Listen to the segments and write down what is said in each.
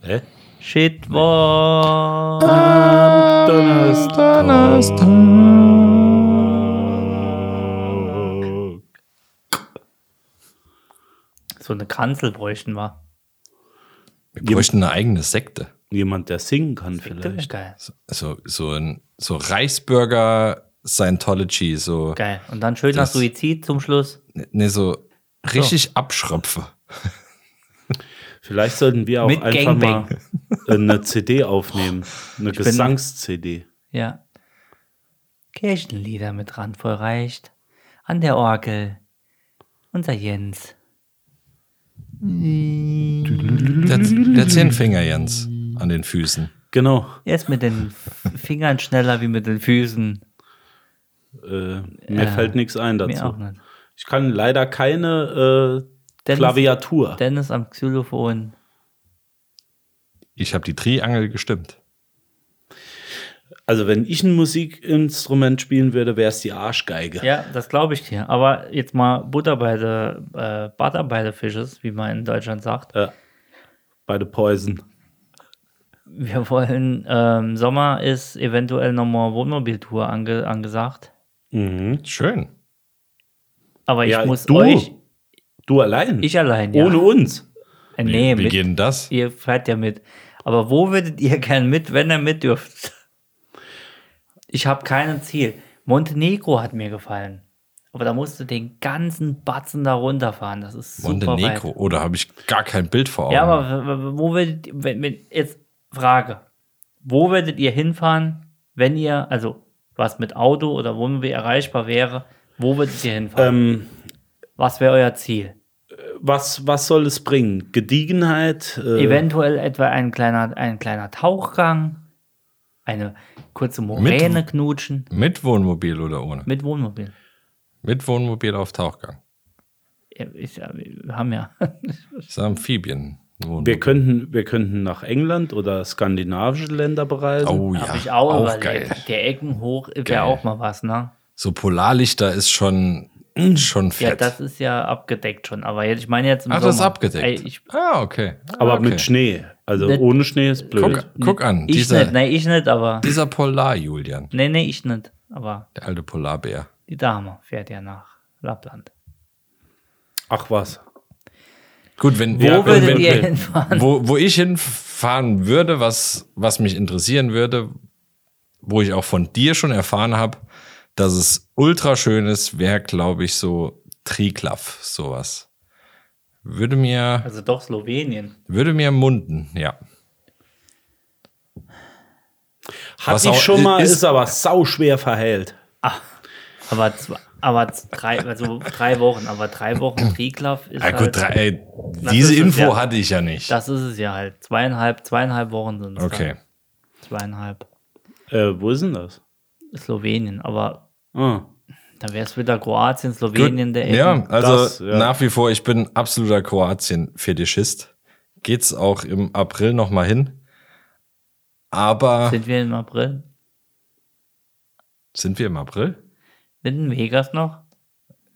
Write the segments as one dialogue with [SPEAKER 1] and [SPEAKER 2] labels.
[SPEAKER 1] Hä? Shit war. So eine Kanzel bräuchten wir.
[SPEAKER 2] Wir bräuchten eine eigene Sekte.
[SPEAKER 3] Jemand, der singen kann
[SPEAKER 1] Bitte
[SPEAKER 3] vielleicht.
[SPEAKER 1] geil.
[SPEAKER 2] So, so ein so Reichsbürger Scientology, so,
[SPEAKER 1] Geil. Und dann schön nach
[SPEAKER 2] Das-
[SPEAKER 1] Suizid zum Schluss.
[SPEAKER 2] ne, so richtig abschröpfe.
[SPEAKER 3] Vielleicht sollten wir auch
[SPEAKER 1] Mit
[SPEAKER 3] einfach mal eine CD aufnehmen. Eine
[SPEAKER 1] bin-
[SPEAKER 3] Gesangs-CD.
[SPEAKER 1] Ja. Kirchenlieder mit Randvoll reicht. An der Orgel. Unser Jens.
[SPEAKER 2] Der, der Zehnfinger Jens an den Füßen.
[SPEAKER 3] Genau.
[SPEAKER 1] Er ist mit den F- Fingern schneller wie mit den Füßen.
[SPEAKER 3] Äh, mir
[SPEAKER 1] Äh,
[SPEAKER 3] fällt nichts ein
[SPEAKER 1] Mir
[SPEAKER 3] dazu.
[SPEAKER 1] auch nicht.
[SPEAKER 3] Ich kann leider keine äh,
[SPEAKER 1] Dennis-
[SPEAKER 3] Klaviatur.
[SPEAKER 1] Dennis am Xylophon.
[SPEAKER 2] Ich habe die Triangel gestimmt.
[SPEAKER 3] Also wenn ich ein Musikinstrument spielen würde, wäre es die Arschgeige.
[SPEAKER 1] Ja, das glaube ich dir. Aber jetzt mal Butter bei der, äh, Butter bei der Fisches, wie man in Deutschland sagt.
[SPEAKER 3] Äh, bei The Poison.
[SPEAKER 1] Wir wollen, ähm, Sommer ist eventuell nochmal Wohnmobiltour ange angesagt.
[SPEAKER 3] Mhm.
[SPEAKER 2] Schön.
[SPEAKER 1] Aber ich
[SPEAKER 3] Ja,
[SPEAKER 1] muss
[SPEAKER 3] du.
[SPEAKER 1] euch,
[SPEAKER 3] Du allein.
[SPEAKER 1] ich allein, ja.
[SPEAKER 3] Ohne uns.
[SPEAKER 1] Äh, nee,
[SPEAKER 2] Wie
[SPEAKER 1] mit,
[SPEAKER 2] geht denn das?
[SPEAKER 1] ihr fährt ja mit. Aber wo würdet ihr gern mit, wenn ihr mit dürft? Ich habe kein Ziel. Montenegro hat mir gefallen. Aber da musst du den ganzen Batzen da runterfahren. Das ist super
[SPEAKER 2] Montenegro.
[SPEAKER 1] weit.
[SPEAKER 2] Oder habe ich gar kein Bild vor Augen?
[SPEAKER 1] Ja, aber w- w- wo würdet wenn, wenn, jetzt Frage. Wo würdet ihr hinfahren, wenn ihr, also was mit Auto oder Wohnmobil erreichbar wäre, wo würdet ihr hinfahren?
[SPEAKER 3] Ähm,
[SPEAKER 1] was wäre euer Ziel?
[SPEAKER 3] was, was soll es bringen? Gediegenheit? Äh,
[SPEAKER 1] Eventuell etwa ein kleiner, ein kleiner Tauchgang, eine kurze Moräne knutschen
[SPEAKER 2] Mit Wohnmobil oder ohne?
[SPEAKER 1] mit Wohnmobil.
[SPEAKER 2] Mit Wohnmobil auf Tauchgang.
[SPEAKER 1] Ja, Ist, ja- wir haben ja.
[SPEAKER 2] Das ist Amphibien.
[SPEAKER 3] Wir könnten, wir könnten nach England oder skandinavische Länder bereisen.
[SPEAKER 2] oh ja,
[SPEAKER 1] Habe ich auch,
[SPEAKER 2] auch
[SPEAKER 1] überlegt.
[SPEAKER 2] geil.
[SPEAKER 1] Der Ecken hoch
[SPEAKER 2] Geil.
[SPEAKER 1] wäre auch mal was, ne?
[SPEAKER 2] So Polarlichter ist schon, schon
[SPEAKER 1] Ja,
[SPEAKER 2] fett.
[SPEAKER 1] das ist ja abgedeckt schon. Aber jetzt, ich meine jetzt im
[SPEAKER 2] Ach, das ist
[SPEAKER 1] Sommer.
[SPEAKER 2] abgedeckt.
[SPEAKER 1] Ey, Ich,
[SPEAKER 2] ah, okay. Ah,
[SPEAKER 3] Aber
[SPEAKER 2] okay.
[SPEAKER 3] mit Schnee. Also
[SPEAKER 1] Ne-
[SPEAKER 3] ohne Schnee ist blöd.
[SPEAKER 2] Guck, guck an,
[SPEAKER 1] ich
[SPEAKER 2] dieser,
[SPEAKER 1] nicht, nee, ich nicht, aber.
[SPEAKER 2] dieser Polar, Julian,
[SPEAKER 1] Nee, nee, ich nicht. Aber
[SPEAKER 2] der alte Polarbär.
[SPEAKER 1] die Dame fährt ja nach Lappland.
[SPEAKER 3] Ach was.
[SPEAKER 2] Gut, wenn,
[SPEAKER 1] Wo
[SPEAKER 3] Ja,
[SPEAKER 1] würdet
[SPEAKER 3] wenn-
[SPEAKER 1] ihr
[SPEAKER 3] wenn-
[SPEAKER 1] hinfahren?
[SPEAKER 2] wo, wo ich hinfahren würde, was, was mich interessieren würde, wo ich auch von dir schon erfahren habe, dass es ultra schön ist, wäre, glaube ich, so Triglav, sowas. Würde mir,
[SPEAKER 1] Also doch Slowenien.
[SPEAKER 2] würde mir munden, ja.
[SPEAKER 3] Hatte
[SPEAKER 2] Was
[SPEAKER 3] ich
[SPEAKER 2] auch-
[SPEAKER 3] schon mal,
[SPEAKER 2] ist-
[SPEAKER 3] ist, aber sau schwer verhält.
[SPEAKER 1] Aber, zw- aber z- drei, also drei Wochen, aber drei Wochen Triglav ist
[SPEAKER 2] Ah, gut,
[SPEAKER 1] halt,
[SPEAKER 2] drei, ey,
[SPEAKER 1] Das
[SPEAKER 2] diese
[SPEAKER 1] ist es,
[SPEAKER 2] Info
[SPEAKER 1] ja.
[SPEAKER 2] hatte ich ja nicht.
[SPEAKER 1] das ist es ja halt. Zweieinhalb, zweieinhalb Wochen sind es.
[SPEAKER 2] okay.
[SPEAKER 1] Dann. Zweieinhalb.
[SPEAKER 3] Äh, wo ist denn das?
[SPEAKER 1] Slowenien, aber
[SPEAKER 3] Ah.
[SPEAKER 1] dann wäre es wieder Kroatien, Slowenien, der Ecken.
[SPEAKER 2] ja, also
[SPEAKER 3] Das, ja.
[SPEAKER 2] nach wie vor, ich bin absoluter Kroatien-Fetischist. Geht's auch im April nochmal hin. Aber sind,
[SPEAKER 1] Sind wir im April?
[SPEAKER 2] wir im April?
[SPEAKER 1] Sind in Vegas noch?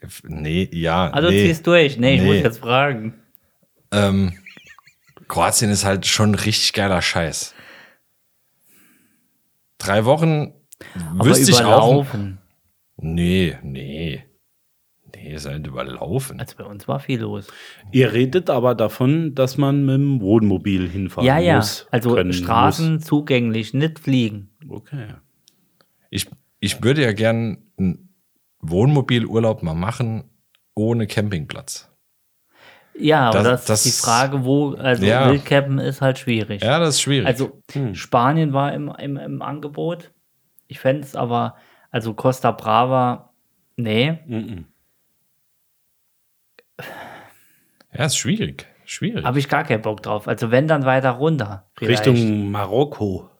[SPEAKER 2] F- Nee, ja.
[SPEAKER 1] Also
[SPEAKER 2] nee.
[SPEAKER 1] ziehst durch. Nee, ich
[SPEAKER 2] Nee.
[SPEAKER 1] muss jetzt fragen.
[SPEAKER 2] Ähm, Kroatien ist halt schon richtig geiler Scheiß. Drei Wochen wüsste ich auch.
[SPEAKER 1] überlaufen.
[SPEAKER 2] Nee, nee. Nee, ist halt überlaufen.
[SPEAKER 1] Also bei uns war viel los.
[SPEAKER 3] Ihr redet aber davon, dass man mit dem Wohnmobil hinfahren
[SPEAKER 1] Ja, ja.
[SPEAKER 3] muss.
[SPEAKER 1] Also
[SPEAKER 3] können
[SPEAKER 1] Straßen zugänglich, nicht fliegen.
[SPEAKER 3] Muss. Okay.
[SPEAKER 2] Ich, ich würde ja gern einen Wohnmobilurlaub mal machen ohne Campingplatz.
[SPEAKER 1] Ja, aber
[SPEAKER 2] Das-
[SPEAKER 1] das,
[SPEAKER 2] das-
[SPEAKER 1] ist die Frage, wo, also
[SPEAKER 2] Ja.
[SPEAKER 1] Wildcampen ist halt schwierig.
[SPEAKER 2] Ja, das ist schwierig.
[SPEAKER 1] Also
[SPEAKER 3] Hm.
[SPEAKER 1] Spanien war im, im, im Angebot. Ich fände es aber, also Costa Brava, nee.
[SPEAKER 2] Mhm. ja, ist schwierig. Schwierig.
[SPEAKER 1] Habe ich gar keinen Bock drauf. Also wenn, dann weiter runter. vielleicht.
[SPEAKER 3] Richtung Marokko.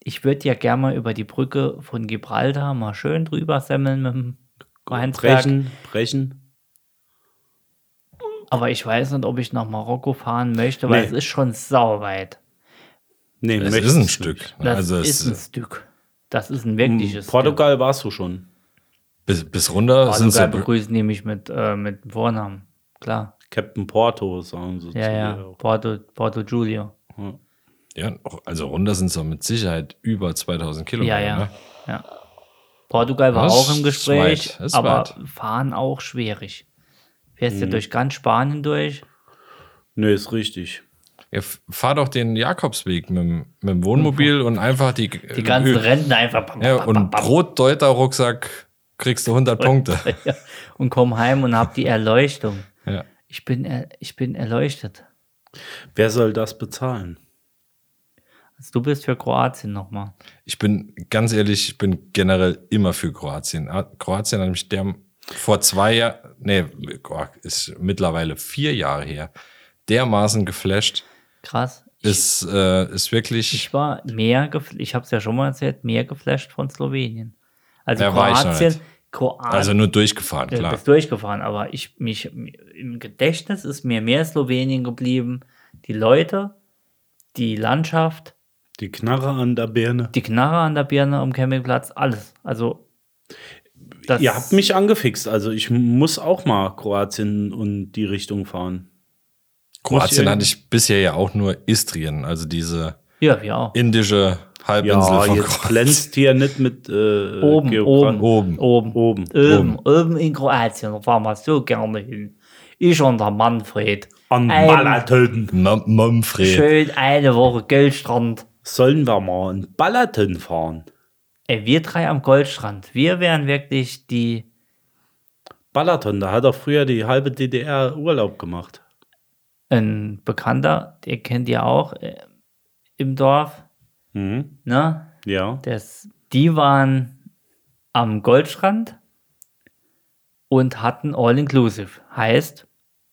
[SPEAKER 1] Ich würde ja gerne mal über die Brücke von Gibraltar mal schön drüber semmeln mit dem Weinsberg.
[SPEAKER 3] Brechen, brechen.
[SPEAKER 1] Aber ich weiß nicht, ob ich nach Marokko fahren möchte, weil
[SPEAKER 3] Nee.
[SPEAKER 1] es ist schon sauweit.
[SPEAKER 3] Nee,
[SPEAKER 2] das
[SPEAKER 3] möchtest
[SPEAKER 2] ist ein
[SPEAKER 3] du
[SPEAKER 2] Stück.
[SPEAKER 1] Das
[SPEAKER 2] also es-
[SPEAKER 1] ist ein Stück. Das ist ein
[SPEAKER 3] nicht.
[SPEAKER 1] wirkliches
[SPEAKER 3] Portugal warst du schon.
[SPEAKER 2] bis, bis runter
[SPEAKER 1] Stück.
[SPEAKER 2] sind
[SPEAKER 1] Portugal
[SPEAKER 2] so
[SPEAKER 1] begrüßen die mich mit, äh, mit dem Vornamen. Klar.
[SPEAKER 3] Captain Porto, sagen sie zu
[SPEAKER 1] Ja,
[SPEAKER 3] dir
[SPEAKER 1] ja.
[SPEAKER 3] auch.
[SPEAKER 1] Porto, Porto Giulio.
[SPEAKER 2] Ja, also runter sind es doch mit Sicherheit über 2000 Kilometer.
[SPEAKER 1] Ja, ja.
[SPEAKER 2] Ne?
[SPEAKER 1] ja. Portugal war
[SPEAKER 2] Das
[SPEAKER 1] auch im
[SPEAKER 2] ist
[SPEAKER 1] Gespräch,
[SPEAKER 2] weit, das ist
[SPEAKER 1] aber
[SPEAKER 2] weit. Mhm.
[SPEAKER 1] fahren auch schwierig. Fährst du durch ganz Spanien durch?
[SPEAKER 3] Nö, ist richtig.
[SPEAKER 2] Ja, f- fahr doch den Jakobsweg mit, dem- mit dem Wohnmobil und einfach die,
[SPEAKER 1] Mhm. Die ganzen Renten einfach. bam,
[SPEAKER 2] Äh, ja,
[SPEAKER 1] bam,
[SPEAKER 2] und
[SPEAKER 1] bam, bam.
[SPEAKER 2] Brotdeuter-Rucksack kriegst du 100 Punkte.
[SPEAKER 1] Ja. und komm heim und hab die Erleuchtung.
[SPEAKER 2] Ja.
[SPEAKER 1] Ich bin, er, ich bin erleuchtet.
[SPEAKER 3] Wer soll das bezahlen?
[SPEAKER 1] Also du bist für Kroatien nochmal.
[SPEAKER 2] Ich bin ganz ehrlich, ich bin generell immer für Kroatien. Ah, Kroatien hat mich der, vor zwei Jahren, nee, boah, ist mittlerweile vier Jahre her, dermaßen geflasht.
[SPEAKER 1] Krass.
[SPEAKER 2] Ist, äh, ist wirklich.
[SPEAKER 1] Ich war mehr, gef- ich habe es ja schon mal erzählt, mehr geflasht von Slowenien. Also
[SPEAKER 2] Ja, war ich noch
[SPEAKER 1] Kroatien,
[SPEAKER 2] nicht.
[SPEAKER 1] Kroatien.
[SPEAKER 2] also nur durchgefahren,
[SPEAKER 1] Du
[SPEAKER 2] klar.
[SPEAKER 1] bist durchgefahren, aber ich mich im Gedächtnis ist mir mehr Slowenien geblieben. Die Leute, die Landschaft,
[SPEAKER 3] Die Knarre an der Birne.
[SPEAKER 1] die Knarre an der Birne am Campingplatz, alles. Also das
[SPEAKER 3] Ihr habt mich angefixt. Also ich muss auch mal Kroatien und die Richtung fahren.
[SPEAKER 2] Kroatien
[SPEAKER 3] Muss ich-
[SPEAKER 2] hatte ich bisher ja auch nur Istrien, also diese
[SPEAKER 1] ja wir auch
[SPEAKER 2] indische Halbinsel
[SPEAKER 3] Ja,
[SPEAKER 2] von
[SPEAKER 3] jetzt
[SPEAKER 2] Kroatien.
[SPEAKER 3] glänzt hier nicht mit äh,
[SPEAKER 1] oben,
[SPEAKER 3] Geografie.
[SPEAKER 1] oben, Äh,
[SPEAKER 2] Oben.
[SPEAKER 1] oben,
[SPEAKER 3] Oben.
[SPEAKER 1] oben, oben in Kroatien. Da fahren wir so gerne hin. Ich und der Manfred.
[SPEAKER 3] An
[SPEAKER 1] Ein-
[SPEAKER 3] Balaton.
[SPEAKER 2] M- Mumfred.
[SPEAKER 1] Schön eine Woche Goldstrand.
[SPEAKER 3] Sollen wir mal an Balaton fahren?
[SPEAKER 1] Ey, wir drei am Goldstrand. Wir wären wirklich die
[SPEAKER 3] Balaton, da hat doch früher die halbe DDR Urlaub gemacht.
[SPEAKER 1] ein Bekannter, der kennt ihr auch äh, im Dorf,
[SPEAKER 3] Mhm.
[SPEAKER 1] ne?
[SPEAKER 3] Ja.
[SPEAKER 1] Das, die waren am Goldstrand und hatten All-Inclusive. Heißt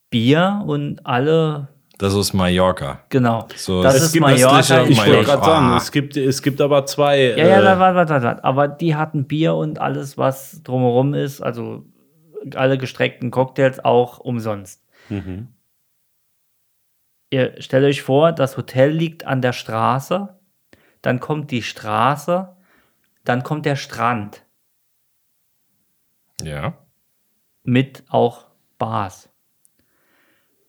[SPEAKER 1] Bier und alle,
[SPEAKER 2] Das ist Mallorca.
[SPEAKER 1] genau.
[SPEAKER 2] So,
[SPEAKER 1] das
[SPEAKER 2] es
[SPEAKER 1] ist
[SPEAKER 3] gibt
[SPEAKER 1] Mallorca.
[SPEAKER 2] östliche-
[SPEAKER 1] in
[SPEAKER 3] Ich wollte
[SPEAKER 2] Mallorca.
[SPEAKER 1] Schweden.
[SPEAKER 3] gerade sagen,
[SPEAKER 2] Ah.
[SPEAKER 3] es gibt, es gibt aber zwei.
[SPEAKER 1] Ja, ja,
[SPEAKER 3] äh,
[SPEAKER 1] warte, warte, warte, warte. Aber die hatten Bier und alles, was drumherum ist, also alle gestreckten Cocktails auch umsonst. Ihr stellt euch vor, das Hotel liegt an der Straße, dann kommt die Straße, dann kommt der Strand
[SPEAKER 2] Ja.
[SPEAKER 1] mit auch Bars.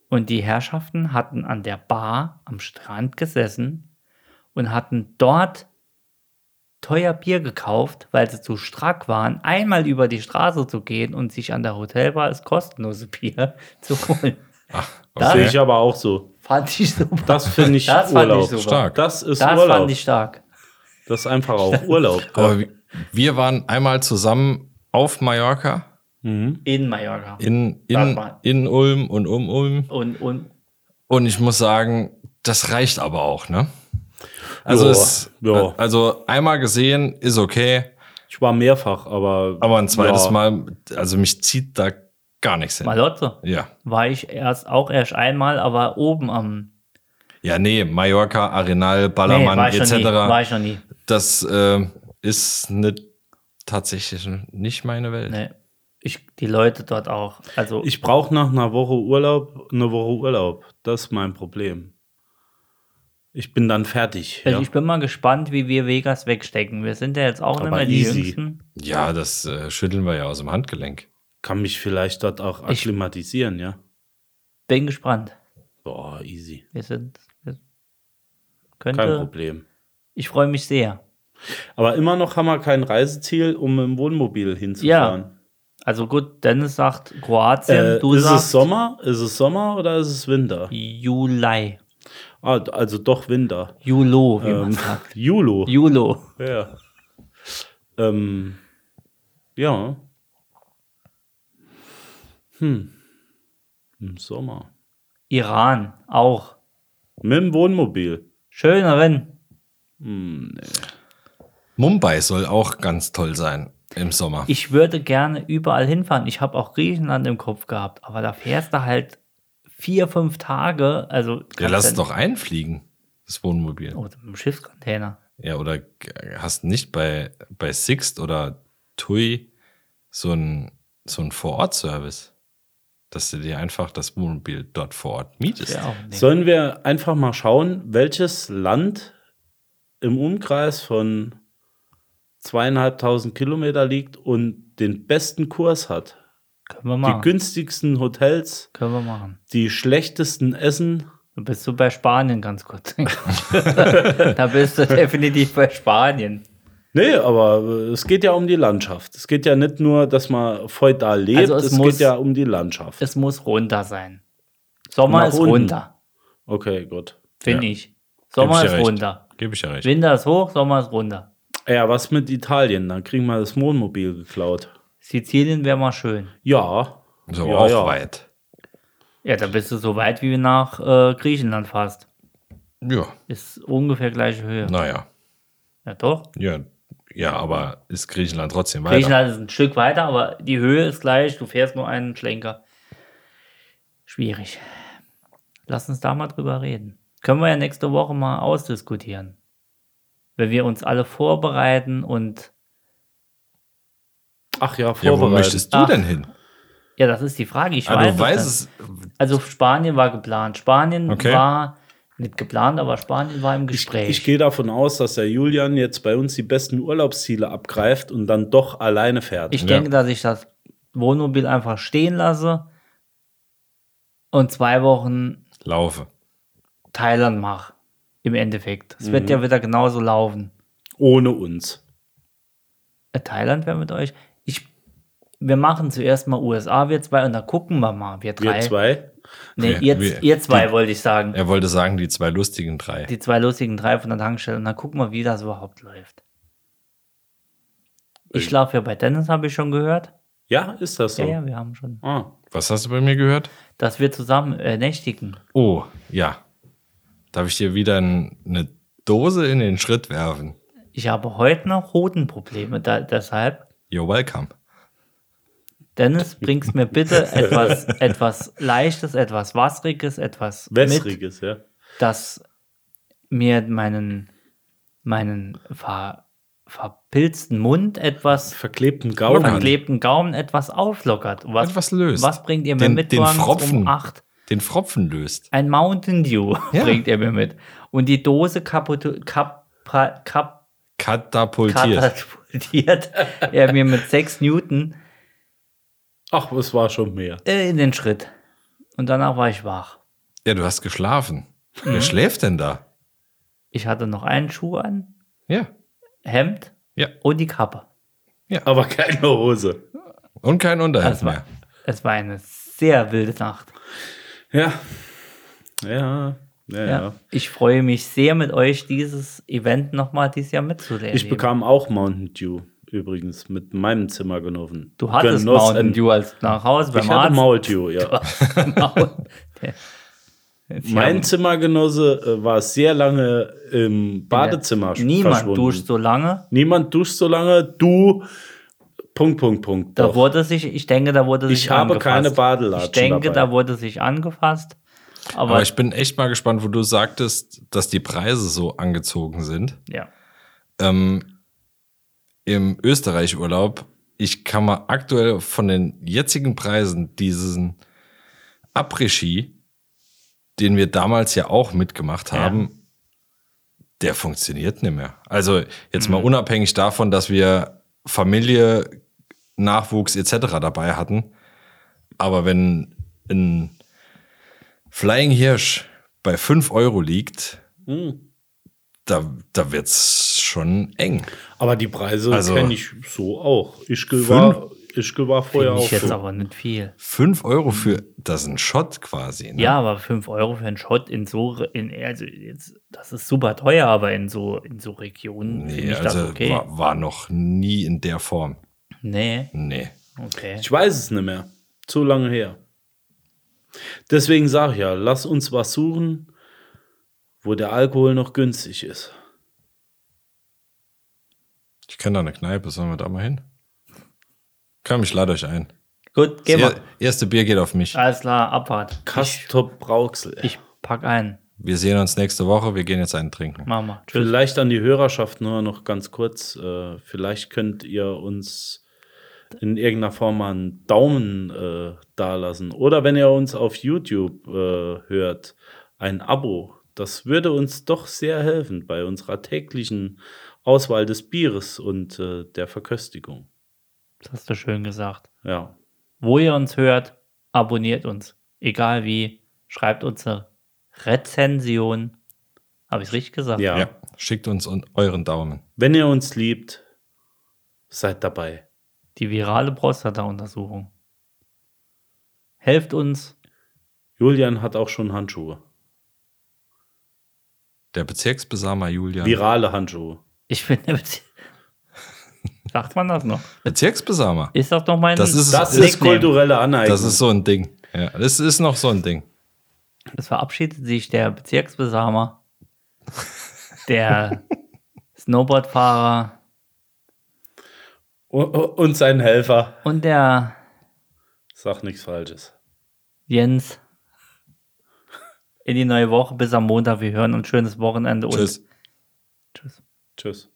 [SPEAKER 1] Und die Herrschaften hatten an der Bar am Strand gesessen und hatten dort teuer Bier gekauft, weil sie zu strack waren, einmal über die Straße zu gehen und sich an der Hotelbar das kostenlose Bier zu holen. Das
[SPEAKER 3] äh, Sehe ich aber auch so.
[SPEAKER 1] fand ich super.
[SPEAKER 3] Das finde ich
[SPEAKER 1] Das fand ich
[SPEAKER 3] Urlaub.
[SPEAKER 1] super.
[SPEAKER 2] Stark.
[SPEAKER 3] Das ist
[SPEAKER 1] das
[SPEAKER 3] Urlaub.
[SPEAKER 1] fand ich stark.
[SPEAKER 3] Das ist einfach auch Urlaub.
[SPEAKER 2] Aber wi- wir waren einmal zusammen auf Mallorca,
[SPEAKER 1] In Mallorca.
[SPEAKER 2] in,
[SPEAKER 1] Sag
[SPEAKER 2] in,
[SPEAKER 1] mal.
[SPEAKER 2] in Ulm und um Ulm.
[SPEAKER 1] Und, und
[SPEAKER 2] Und ich muss sagen, das reicht aber auch, ne? Also,
[SPEAKER 3] Ja,
[SPEAKER 2] es,
[SPEAKER 3] ja.
[SPEAKER 2] also einmal gesehen ist okay,
[SPEAKER 3] Ich war mehrfach, aber.
[SPEAKER 2] aber ein zweites
[SPEAKER 3] ja.
[SPEAKER 2] Mal, also mich zieht da gar nichts hin.
[SPEAKER 1] Malotze
[SPEAKER 2] Ja.
[SPEAKER 1] war ich erst auch erst einmal, aber oben am
[SPEAKER 2] Ja, nee, Mallorca, Arenal, Ballermann
[SPEAKER 1] war ich noch
[SPEAKER 2] etc.
[SPEAKER 1] nie. War ich noch nie.
[SPEAKER 2] das äh, ist nicht tatsächlich nicht meine Welt.
[SPEAKER 1] Nee. Ne, Ich, die Leute dort auch. Also
[SPEAKER 3] Ich brauche nach einer Woche Urlaub eine Woche Urlaub. Das ist mein Problem. Ich bin dann fertig.
[SPEAKER 1] Also
[SPEAKER 3] Ja.
[SPEAKER 1] ich bin mal gespannt, wie wir Vegas wegstecken. Wir sind ja jetzt auch nicht
[SPEAKER 3] Aber
[SPEAKER 1] mehr die
[SPEAKER 3] easy.
[SPEAKER 1] Jüngsten.
[SPEAKER 2] Ja, das äh, schütteln wir ja aus dem Handgelenk.
[SPEAKER 3] Kann mich vielleicht dort auch
[SPEAKER 1] Ich-
[SPEAKER 3] akklimatisieren, ja.
[SPEAKER 1] Bin gespannt.
[SPEAKER 3] Boah, easy.
[SPEAKER 1] Wir sind. Wir
[SPEAKER 3] Kein
[SPEAKER 1] könnte.
[SPEAKER 3] Problem.
[SPEAKER 1] Ich freue mich sehr.
[SPEAKER 3] Aber immer noch haben wir kein Reiseziel, um im Wohnmobil hinzufahren.
[SPEAKER 1] Also gut, Dennis sagt Kroatien,
[SPEAKER 3] Äh,
[SPEAKER 1] du
[SPEAKER 3] ist
[SPEAKER 1] sagst
[SPEAKER 3] es Sommer? Ist es Sommer oder ist es Winter?
[SPEAKER 1] Juli.
[SPEAKER 3] Ah, also doch Winter.
[SPEAKER 1] Julo, wie man
[SPEAKER 3] Ähm,
[SPEAKER 1] sagt.
[SPEAKER 3] Julo.
[SPEAKER 1] Julo.
[SPEAKER 3] Ja. Ähm, ja. Hm. Im Sommer.
[SPEAKER 1] Iran auch.
[SPEAKER 3] Mit dem Wohnmobil.
[SPEAKER 1] Schöneren.
[SPEAKER 2] Mumbai soll auch ganz toll sein im Sommer.
[SPEAKER 1] Ich würde gerne überall hinfahren. Ich habe auch Griechenland im Kopf gehabt, aber da fährst du halt vier, fünf Tage. Also
[SPEAKER 2] ja, lass es
[SPEAKER 1] kannst du-
[SPEAKER 2] doch einfliegen, das Wohnmobil.
[SPEAKER 1] Oh, im Schiffscontainer.
[SPEAKER 2] Ja, oder g- hast nicht bei, bei Sixt oder TUI so ein so ein Vor-Ort-Service, dass du dir einfach das Wohnmobil dort vor Ort mietest.
[SPEAKER 1] Wär auch nicht.
[SPEAKER 3] Sollen wir einfach mal schauen, welches Land im Umkreis von zweieinhalbtausend Kilometer liegt und den besten Kurs hat?
[SPEAKER 1] Können wir
[SPEAKER 3] Die
[SPEAKER 1] machen.
[SPEAKER 3] günstigsten Hotels,
[SPEAKER 1] Können wir machen.
[SPEAKER 3] die schlechtesten Essen,
[SPEAKER 1] Du bist so bei Spanien ganz kurz. da bist du definitiv bei Spanien.
[SPEAKER 3] Nee, aber äh, es geht ja um die Landschaft. Es geht ja nicht nur, dass man feudal lebt,
[SPEAKER 1] Also es
[SPEAKER 3] es,
[SPEAKER 1] muss-
[SPEAKER 3] geht ja um die Landschaft.
[SPEAKER 1] Es muss runter sein. Sommer
[SPEAKER 3] Nach
[SPEAKER 1] ist
[SPEAKER 3] unten.
[SPEAKER 1] runter,
[SPEAKER 3] Okay, gut.
[SPEAKER 1] finde
[SPEAKER 2] Ja.
[SPEAKER 1] ich. Sommer
[SPEAKER 2] Geb ich
[SPEAKER 1] ist
[SPEAKER 2] dir recht.
[SPEAKER 1] runter.
[SPEAKER 2] Gebe ich ja recht.
[SPEAKER 1] Winter ist hoch, Sommer ist runter.
[SPEAKER 3] Ja, was mit Italien? Dann kriegen wir das Wohnmobil geklaut.
[SPEAKER 1] Sizilien wäre mal schön.
[SPEAKER 3] Ja.
[SPEAKER 2] So
[SPEAKER 3] ja,
[SPEAKER 2] auch
[SPEAKER 3] ja.
[SPEAKER 2] weit.
[SPEAKER 1] Ja, da bist du so weit wie nach äh, Griechenland fast.
[SPEAKER 2] Ja,
[SPEAKER 1] Ist ungefähr gleiche Höhe.
[SPEAKER 2] naja.
[SPEAKER 1] Ja, doch.
[SPEAKER 2] Ja, ja, aber ist Griechenland trotzdem weiter?
[SPEAKER 1] Griechenland ist ein Stück weiter, aber die Höhe ist gleich. Du fährst nur einen Schlenker. Schwierig. Lass uns da mal drüber reden. Können wir ja nächste Woche mal ausdiskutieren. Wenn wir uns alle vorbereiten und.
[SPEAKER 3] Ach ja,
[SPEAKER 2] ja, wo
[SPEAKER 3] vorbereitet.
[SPEAKER 2] möchtest du
[SPEAKER 1] Ach,
[SPEAKER 2] denn hin?
[SPEAKER 1] Ja, das ist die Frage. Ich
[SPEAKER 2] Ah,
[SPEAKER 1] weiß,
[SPEAKER 2] du weißt
[SPEAKER 1] es.
[SPEAKER 2] es.
[SPEAKER 1] Also Spanien war geplant. Spanien
[SPEAKER 2] Okay.
[SPEAKER 1] war nicht geplant, aber Spanien war im
[SPEAKER 3] ich
[SPEAKER 1] Gespräch.
[SPEAKER 3] ich gehe davon aus, dass der Julian jetzt bei uns die besten Urlaubsziele abgreift und dann doch alleine fährt.
[SPEAKER 1] Ich
[SPEAKER 2] Ja.
[SPEAKER 1] denke, dass ich das Wohnmobil einfach stehen lasse und zwei Wochen
[SPEAKER 2] Laufe.
[SPEAKER 1] Thailand mache. Im Endeffekt. Es wird ja wieder genauso laufen.
[SPEAKER 3] Ohne uns.
[SPEAKER 1] Äh, Thailand wäre mit euch. Ich, wir machen zuerst mal USA, wir zwei, und dann gucken wir mal. Wir
[SPEAKER 3] Wir
[SPEAKER 1] drei.
[SPEAKER 3] zwei.
[SPEAKER 1] Nee,
[SPEAKER 2] Wir-
[SPEAKER 1] ihr,
[SPEAKER 2] wir-
[SPEAKER 1] ihr zwei wollte ich sagen.
[SPEAKER 2] Er wollte sagen, die zwei lustigen drei.
[SPEAKER 1] Die zwei lustigen drei von der Tankstelle. Und dann gucken wir, wie das überhaupt läuft. Ich schlafe ja bei Dennis, habe ich schon gehört.
[SPEAKER 3] Ja, ist das so?
[SPEAKER 1] Ja, ja, wir haben schon.
[SPEAKER 3] Ah.
[SPEAKER 2] Was hast du bei mir gehört?
[SPEAKER 1] Dass wir zusammen äh, nächtigen.
[SPEAKER 2] Oh, ja. Darf ich dir wieder n- eine Dose in den Schritt werfen?
[SPEAKER 1] Ich habe heute noch Hodenprobleme, da, deshalb,
[SPEAKER 2] You're welcome.
[SPEAKER 1] Dennis, bringst mir bitte etwas, etwas Leichtes, etwas Wasriges, etwas mit,
[SPEAKER 3] Wässriges, ja.
[SPEAKER 1] das mir meinen, meinen ver, verpilzten Mund etwas,
[SPEAKER 3] Verklebten Gaumen.
[SPEAKER 1] verklebten Gaumen etwas auflockert. Was,
[SPEAKER 2] Etwas löst.
[SPEAKER 1] Was bringt ihr mir
[SPEAKER 2] Den-
[SPEAKER 1] mit
[SPEAKER 2] den
[SPEAKER 1] morgens
[SPEAKER 2] Pfropfen.
[SPEAKER 1] um 8?
[SPEAKER 2] Den Pfropfen löst.
[SPEAKER 1] Ein Mountain Dew
[SPEAKER 2] Ja.
[SPEAKER 1] bringt ihr mir mit. Und die Dose kaputt, kap, kap,
[SPEAKER 2] Katapultiert.
[SPEAKER 1] katapultiert er mir mit 6 Newton
[SPEAKER 3] Ach, es war schon mehr.
[SPEAKER 1] äh, in den Schritt. Und danach war ich wach.
[SPEAKER 2] Ja, du hast geschlafen. Wer schläft denn da?
[SPEAKER 1] Ich hatte noch einen Schuh an,
[SPEAKER 2] Ja.
[SPEAKER 1] Hemd
[SPEAKER 2] Ja.
[SPEAKER 1] und die Kappe.
[SPEAKER 3] Aber keine Hose.
[SPEAKER 2] Und kein Unterhemd
[SPEAKER 1] Es war,
[SPEAKER 2] mehr.
[SPEAKER 1] es war eine sehr wilde Nacht.
[SPEAKER 3] Ja. Ja. Ja, ja.
[SPEAKER 1] Ja. Ich freue mich sehr, mit euch dieses Event nochmal dieses Jahr mitzuerleben.
[SPEAKER 3] Ich bekam auch Mountain Dew übrigens mit meinem Zimmer genossen.
[SPEAKER 1] du hattest
[SPEAKER 3] Genossen.
[SPEAKER 1] Mountain Dew als nach Hause beim
[SPEAKER 3] Ich hatte
[SPEAKER 1] Arzt.
[SPEAKER 3] Mountain Dew, ja.
[SPEAKER 1] Maul. Sie
[SPEAKER 3] Mein Zimmergenosse äh, war sehr lange im Badezimmer
[SPEAKER 1] haben- Niemand
[SPEAKER 3] verschwunden.
[SPEAKER 1] duscht so lange.
[SPEAKER 3] Niemand duscht so lange. Du. Punkt, Punkt, Punkt.
[SPEAKER 1] Da
[SPEAKER 3] Doch.
[SPEAKER 1] wurde sich, ich denke, da wurde sich
[SPEAKER 3] ich habe
[SPEAKER 1] angefasst.
[SPEAKER 3] keine Badelatschen
[SPEAKER 1] Ich denke,
[SPEAKER 3] dabei.
[SPEAKER 1] da wurde sich angefasst. Aber,
[SPEAKER 2] Aber ich bin echt mal gespannt, wo du sagtest, dass die Preise so angezogen sind.
[SPEAKER 1] ja.
[SPEAKER 2] ähm, im Österreich-Urlaub, ich kann mal aktuell von den jetzigen Preisen diesen Après-Ski, den wir damals ja auch mitgemacht haben, der funktioniert nicht mehr. Also jetzt mal unabhängig davon, dass wir Familie, Nachwuchs etc. dabei hatten. Aber wenn ein Flying Hirsch bei 5 Euro liegt, da, da wird es schon eng.
[SPEAKER 3] Aber die Preise
[SPEAKER 2] Also-
[SPEAKER 3] kenne ich so auch. Ischgl war, Ischgl war vorher
[SPEAKER 1] Nicht
[SPEAKER 3] auch
[SPEAKER 1] jetzt
[SPEAKER 3] so.
[SPEAKER 1] aber nicht viel.
[SPEAKER 2] 5 Euro für, das ist ein Shot quasi. Ne?
[SPEAKER 1] Mhm. Ja, aber 5 Euro für einen Shot in so, Re- in, also jetzt, das ist super teuer, aber in so, in so Regionen finde
[SPEAKER 2] Nee,
[SPEAKER 1] ich
[SPEAKER 2] also
[SPEAKER 1] das okay.
[SPEAKER 2] war, war noch nie in der Form.
[SPEAKER 1] Nee,
[SPEAKER 2] Nee.
[SPEAKER 1] okay.
[SPEAKER 3] Ich weiß es nicht mehr. Zu lange her. Deswegen sage ich ja, lass uns was suchen, wo der Alkohol noch günstig ist.
[SPEAKER 2] Ich kenne da eine Kneipe, sollen wir da mal hin? Komm, ich lade euch ein.
[SPEAKER 1] Gut, gehen
[SPEAKER 2] Das
[SPEAKER 1] wir.
[SPEAKER 2] er- erste Bier geht auf mich.
[SPEAKER 1] Alles klar, Abfahrt.
[SPEAKER 3] Kastrop Brauxel.
[SPEAKER 1] Ich pack ein.
[SPEAKER 2] Wir sehen uns nächste Woche. Wir gehen jetzt einen trinken.
[SPEAKER 1] Machen wir. Tschüss.
[SPEAKER 3] Vielleicht an die Hörerschaft nur noch ganz kurz. Äh, vielleicht könnt ihr uns in irgendeiner Form mal einen Daumen äh, dalassen. Oder wenn ihr uns auf YouTube äh, hört, ein Abo. Das würde uns doch sehr helfen bei unserer täglichen Auswahl des Bieres und äh, der Verköstigung.
[SPEAKER 1] Das hast du schön gesagt.
[SPEAKER 3] Ja.
[SPEAKER 1] Wo ihr uns hört, abonniert uns. Egal wie, schreibt uns eine Rezension. Habe ich richtig gesagt?
[SPEAKER 3] Ja.
[SPEAKER 2] Ja. Schickt uns un- euren Daumen.
[SPEAKER 3] Wenn ihr uns liebt, seid dabei.
[SPEAKER 1] Die virale Prostata-Untersuchung. Helft uns.
[SPEAKER 3] Julian hat auch schon Handschuhe.
[SPEAKER 2] Der Bezirksbesamer Julian.
[SPEAKER 3] Virale Handschuhe.
[SPEAKER 1] Ich bin der Bezie- Sagt man das noch?
[SPEAKER 2] Bezirksbesamer.
[SPEAKER 1] Ist das noch mein.
[SPEAKER 2] Das ist-
[SPEAKER 3] Das
[SPEAKER 2] Nickname.
[SPEAKER 3] ist kulturelle Aneignung.
[SPEAKER 2] Das ist so ein Ding. Ja, das ist noch so ein Ding.
[SPEAKER 1] Es verabschiedet sich der Bezirksbesamer, der Snowboardfahrer
[SPEAKER 3] und, und sein Helfer.
[SPEAKER 1] und der
[SPEAKER 3] Sag nichts Falsches.
[SPEAKER 1] Jens in die neue Woche. Bis am Montag. Wir hören uns. Schönes Wochenende.
[SPEAKER 2] Tschüss.
[SPEAKER 1] Und tschüss.
[SPEAKER 3] Tschüss.